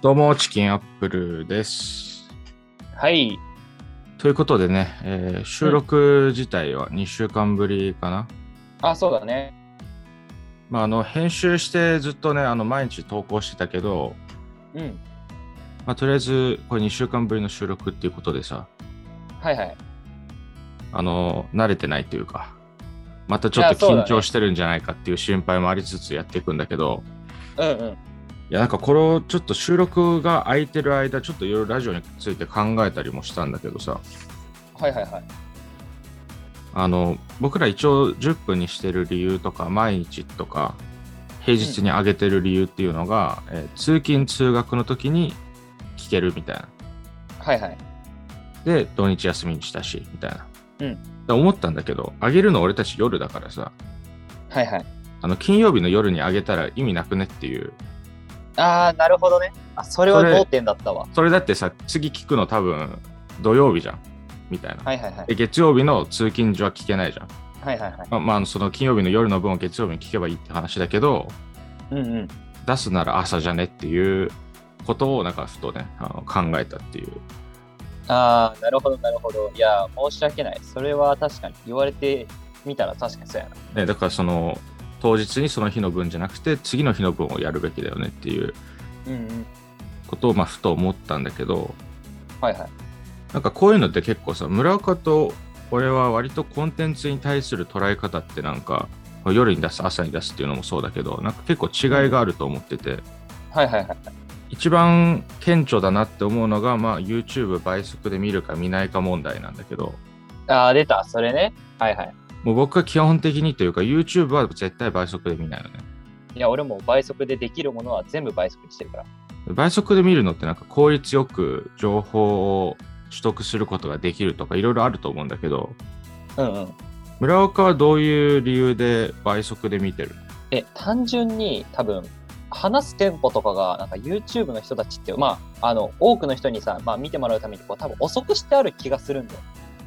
どうも、チキンアップルです。はい。ということでね、えー収録自体は2週間ぶりかな。あ、そうだね。まあ、あの編集してずっとね、あの毎日投稿してたけど、うん。まあ、とりあえずこれ2週間ぶりの収録っていうことでさ、はいはい。あの慣れてないというか、またちょっといやそうだ緊ね張してるんじゃないかっていう心配もありつつやっていくんだけど、うんうん。いや、なんかこれをちょっと収録が空いてる間、ちょっといろいろラジオについて考えたりもしたんだけどさ、はいはいはい。あの僕ら一応10分にしてる理由とか毎日とか平日に上げてる理由っていうのが、えー通勤通学の時に聞けるみたいなはいはい。で土日休みにしたしみたいな、うんで思ったんだけど上げるの俺たち夜だからさはいはい。あの金曜日の夜に上げたら意味なくねっていうあー、なるほどね。あ、それはそれ同点だったわ。それだってさ次聞くの多分土曜日じゃんみたいな、はいはいはい。で月曜日の通勤時は聞けないじゃん、はいはいはい。まあまああのその金曜日の夜の分を月曜日に聞けばいいって話だけどうんうん。出すなら朝じゃねっていうことをなんかふとねあの考えたっていうあー、なるほどなるほど。いや、申し訳ない。それは確かに言われてみたら確かにそうやな。ねだからその当日にその日の分じゃなくて次の日の分をやるべきだよねっていううんうん。ことをまあふと思ったんだけどはいはい。なんかこういうのって結構さ村岡と俺は割とコンテンツに対する捉え方ってなんか夜に出す朝に出すっていうのもそうだけどなんか結構違いがあると思っててはいはいはい。一番顕著だなって思うのが、まあ、YouTube 倍速で見るか見ないか問題なんだけどあー、出た。それね。はいはい。もう僕は基本的にというか YouTube は絶対倍速で見ないのね。いや、俺も倍速でできるものは全部倍速にしてるから。倍速で見るのってなんか効率よく情報を取得することができるとかいろいろあると思うんだけど、うんうん。村岡はどういう理由で倍速で見てるえ単純に多分話すテンポとかがなんか YouTube の人たちってまああの多くの人にさ、まあ、見てもらうためにこう多分遅くしてある気がするんだよ、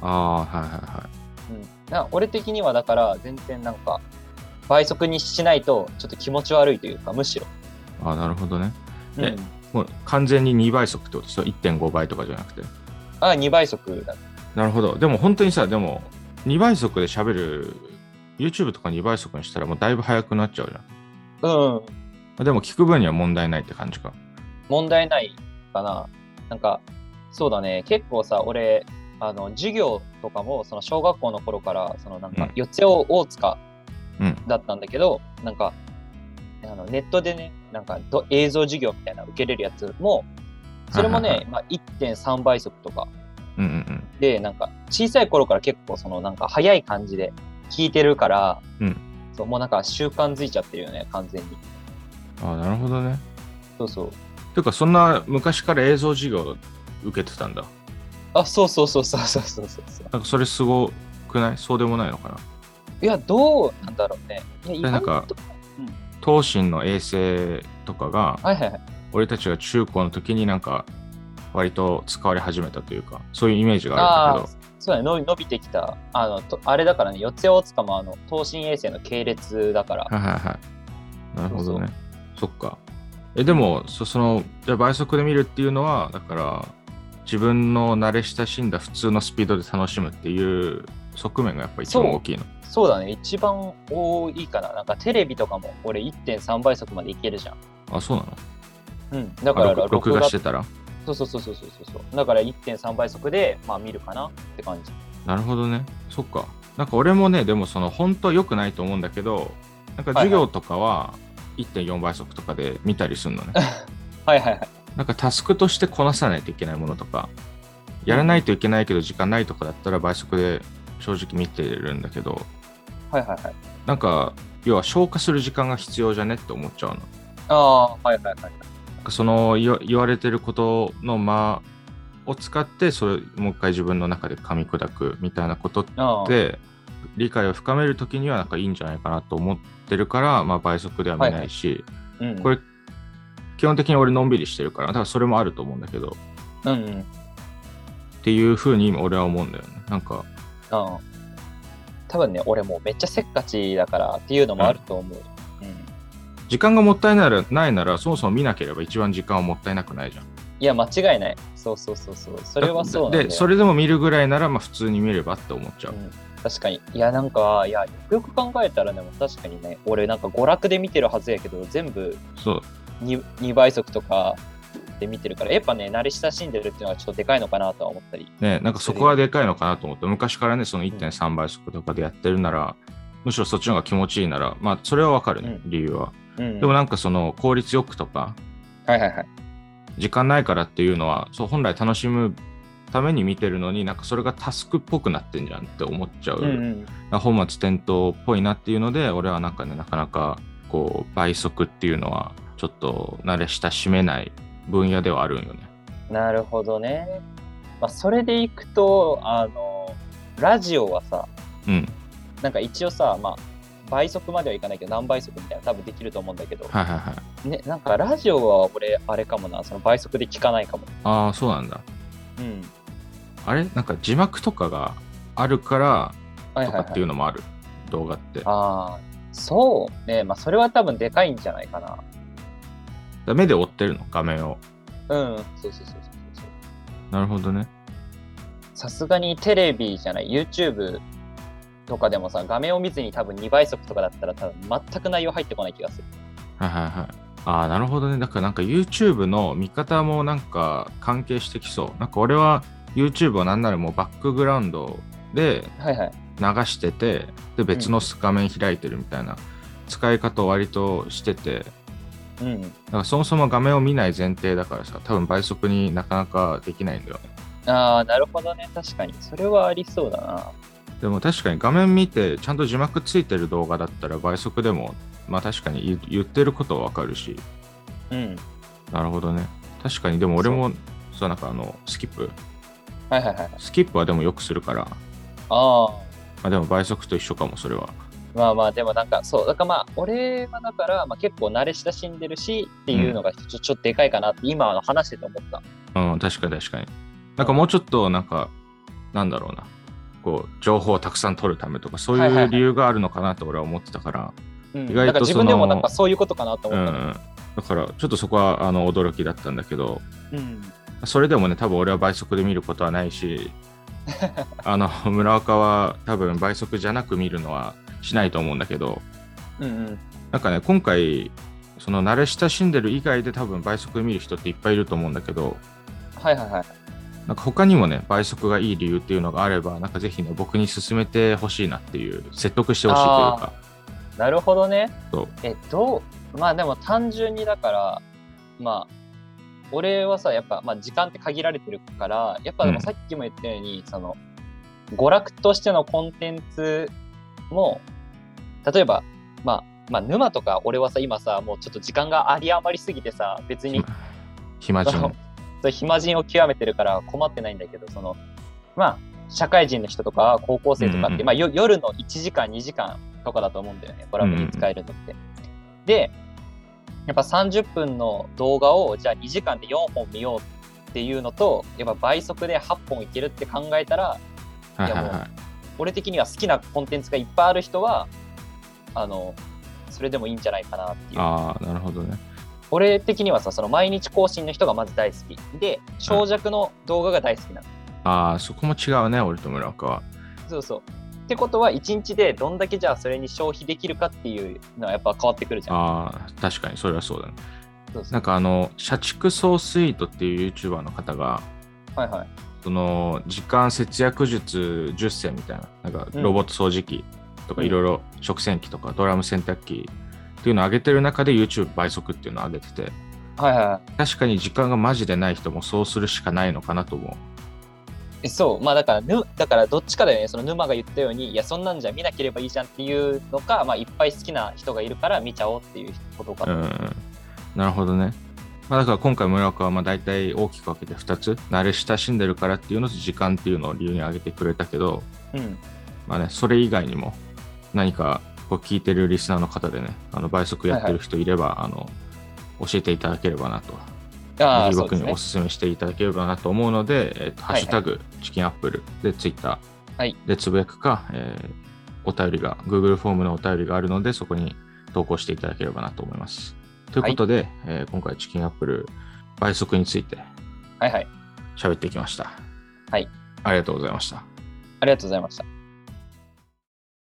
ああ、はいはいはい。うん、だから俺的にはだから全然なんか倍速にしないとちょっと気持ち悪いというかむしろ、ああ、なるほどね。うんえもう完全に2倍速ってことですよ。1.5倍とかじゃなくて。あ2倍速だなるほど。でも本当にさ、でも2倍速で喋る YouTube とか2倍速にしたらもうだいぶ早くなっちゃうじゃんうんまあ。でも聞く分には問題ないって感じか。問題ないかななんかそうだね結構さ俺あの授業とかもその小学校の頃からそのなんうかん四谷大塚うん。だったんだけど、なんか、あのネットでね、なんかど映像授業みたいなの受けれるやつも、それもはいはいね、まあ、1.3倍速とかうんうんで、なんか小さい頃から結構そのなんか早い感じで聞いてるから、うんそうもうなんか習慣づいちゃってるよね、完全に。うん。ああ、なるほどね。そうそう。てかそんな昔から映像授業受けてたんだあ、そうそうそうそうそうそうそうそう。なんかそれすごくないそうでもないのかないや、どうなんだろうね。いや、意れなんか外と。東進の衛星とかがはいはいはい。俺たちが中高の時になんか割と使われ始めたというかそういうイメージがああるんあだけど、そうだね、伸び伸びてきた。あの、とあれだからね、四谷大塚もあの、東進衛星の系列だから。はいはいはいなるほどねそっかえでもそそのじゃあ倍速で見るっていうのはだから自分の慣れ親しんだ普通のスピードで楽しむっていう側面がやっぱ一番大きいのそうだね、一番多いかな。なんかテレビとかも俺1.3倍速までいけるじゃん。あそうなのうん、だかあら録録画してた。たらそうそうそうそうそうそう。だから1.3倍速で、まあ見るかなって感じ。なるほどね。そっか。なんか俺もね、でもその本当は良くないと思うんだけど、なんか授業とかは1.4倍速とかで見たりするのね。はいはいはい。なんかタスクとしてこなさないといけないものとか、やらないといけないけど時間ないとかだったら倍速で正直見てるんだけど、はいはいはい。なんか要は消化する時間が必要じゃねって思っちゃうの。ああー、はいはいはい。なんかその言わ言われてることの間を使って、それもう一回自分の中で噛み砕くみたいなことってあーで理解を深めるときにはなんかいいんじゃないかなと思ってるから、まあ、倍速では見ないし、うん、これ基本的に俺のんびりしてるからだからそれもあると思うんだけどうんうん。っていうふうに今俺は思うんだよねなんかあー多分ね、俺もうめっちゃせっかちだからっていうのもあると思う。うん。時間がもったいならないなら、そもそも見なければ一番時間はもったいなくないじゃん。いや、間違いない。そうそうそうそう。それはそうなんだよで、それでも見るぐらいなら、まあ普通に見ればって思っちゃう。確かに。いや、なんか、いや、よくよく考えたらでも確かにね、俺なんか娯楽で見てるはずやけど、全部そう。 2, 2倍速とかで見てるから、やっぱね、慣れ親しんでるっていうのはちょっとでかいのかなとは思ったり。ね、なんかそこはでかいのかなと思って、昔からね、その1.3倍速とかでやってるなら、むしろそっちの方が気持ちいいなら、まあそれはわかるね、う理由は。うん。でもなんかその効率よくとか、はいはいはい。時間ないからっていうのは、そう本来楽しむために見てるのに、なんかそれがタスクっぽくなってんじゃんって思っちゃう。うんうん。あ本末転倒っぽいなっていうので俺はなんかねなかなかこう倍速っていうのはちょっと慣れ親しめない分野ではあるんよね。なるほどね。まあ、それでいくと、あの、ラジオはさ、うん。なんか一応さ、まあ、倍速まではいかないけど、何倍速みたいな、多分できると思うんだけど、はいはいはい。ね、なんかラジオは俺、あれかもな、その倍速で聞かないかも。ああそうなんだ。うん。あれなんか字幕とかがあるからはいとはい、かはいってい。うのもある、動画って。だかああ、そうね。まあ、それは多分でかいんじゃないかな。ら目で追ってるの画面を。うん、そうそうそうそうそう。なるほどね。さすがにテレビじゃない、YouTube とかでもさ、画面を見ずに多分2倍速とかだったら、多分全く内容入ってこない気がする。はいはいはい。ああなるほどね。だからなんか YouTube の見方もなんか関係してきそう。なんか俺は YouTube はなんならもうバックグラウンドではいはい。流しててで別の画面開いてるみたいな使い方を割としててうん。だからそもそも画面を見ない前提だからさ多分倍速になかなかできないんだよねああ、なるほどね。確かに。それはありそうだな。でも確かに画面見てちゃんと字幕ついてる動画だったら倍速でもまあ確かに言言ってることはわかるしうん。なるほどね確かにでも俺もそうなんかあのスキップはいはいはい。スキップはでもよくするから、まああ。あ、でも倍速と一緒かもそれはまあまあ、でもなんか、そう。だからまあ、俺はだから、まあ結構慣れ親しんでるしっていうのがちょちょっとでかいかなって、今あの話してて思った。うん、確かに確かに。なんかもうちょっと、なんか、なんだろうな、こう、情報をたくさん取るためとか、そうはいはいいはうい理由があるのかなと俺は思ってたから、うん。意な外んとか自その分でもなんかそういうことかなとう思んっうたの。ん。だから、ちょっとそこは、あの、驚きだったんだけど、うん。それでもね、多分俺は倍速で見ることはない し、あの、村岡は多分倍速じゃなく見るのはしないと思うんだけど、うんうん。なんかね、今回、その慣れ親しんでる以外で多分倍速で見る人っていっぱいいると思うんだけど、はいはいはい。なんか他にもね、倍速がいい理由っていうのがあれば、なんかぜひね、僕に勧めてほしいなっていう、説得してほしいというか、なるほどね。そうえどうまあでも単純にだからまあ俺はさやっぱ、まあ、時間って限られてるからやっぱでうもんさっきも言ったように、その娯楽としてのコンテンツも例えばまあまあ沼とか俺はさ今さもうちょっと時間があり余りすぎてさ別に暇そ人の。そう暇人を極めてるから困ってないんだけどそのまあ社会人の人とか高校生とかって、うんうんまあ、よ夜の1時間2時間とかだと思うんだよねコラボに使えるのって。でやっぱ30分の動画をじゃあ2時間で4本見ようっていうのとやっぱ倍速で8本いけるって考えたらはいはいやいもうは俺的には好きなコンテンツがいっぱいある人はあのそれでもいいんじゃないかなってい。いう。ああ、なるほどね。俺的にはさその毎日更新の人がまず大好きで長尺の動画が大好きなの、ああ、そこも違うね、俺と村岡は。そうそうってことは1日でどんだけじゃあそれに消費できるかっていうのはやっぱ変わってくるじゃんああ、確かにそれはそうだね。そうそうなんかあの、社畜総スイートっていう YouTuber の方が、はいはいその時間節約術10選みたいな、なんかうんロボット掃除機とかうんいろいろ食洗機とかドラム洗濯機っていうのを上げてる中で YouTube 倍速っていうのを上げてて、はいはいはい確かに時間がマジでない人もそうするしかないのかなと思えそうまあだからぬだからどっちかだよねその沼が言ったようにいやそんなんじゃ見なければいいじゃんっていうのか、まあ、いっぱい好きな人がいるから見ちゃおうっていうことかう。うな、ん、なるほどね。まあ、だから今回村岡はまあ大体大きく分けて2つ、慣れ親しんでるからっていうのと時間っていうのを理由に挙げてくれたけど、うん、まあね、それ以外にも何かこう聞いてるリスナーの方でね、あの倍速やってる人いれば、あの教えていただければなと。ああそう僕ですにねおすすめしていただければなと思うので、えっとハッシュタグチキンアップルでツイッタはいーでつぶやくか、えーお便りが、Google フォームのお便りがあるので、そこに投稿していただければなと思います。ということで、えー今回チキンアップル倍速についてはいはい。喋ってきました。はい。ありがとうございました。ありがとうございました。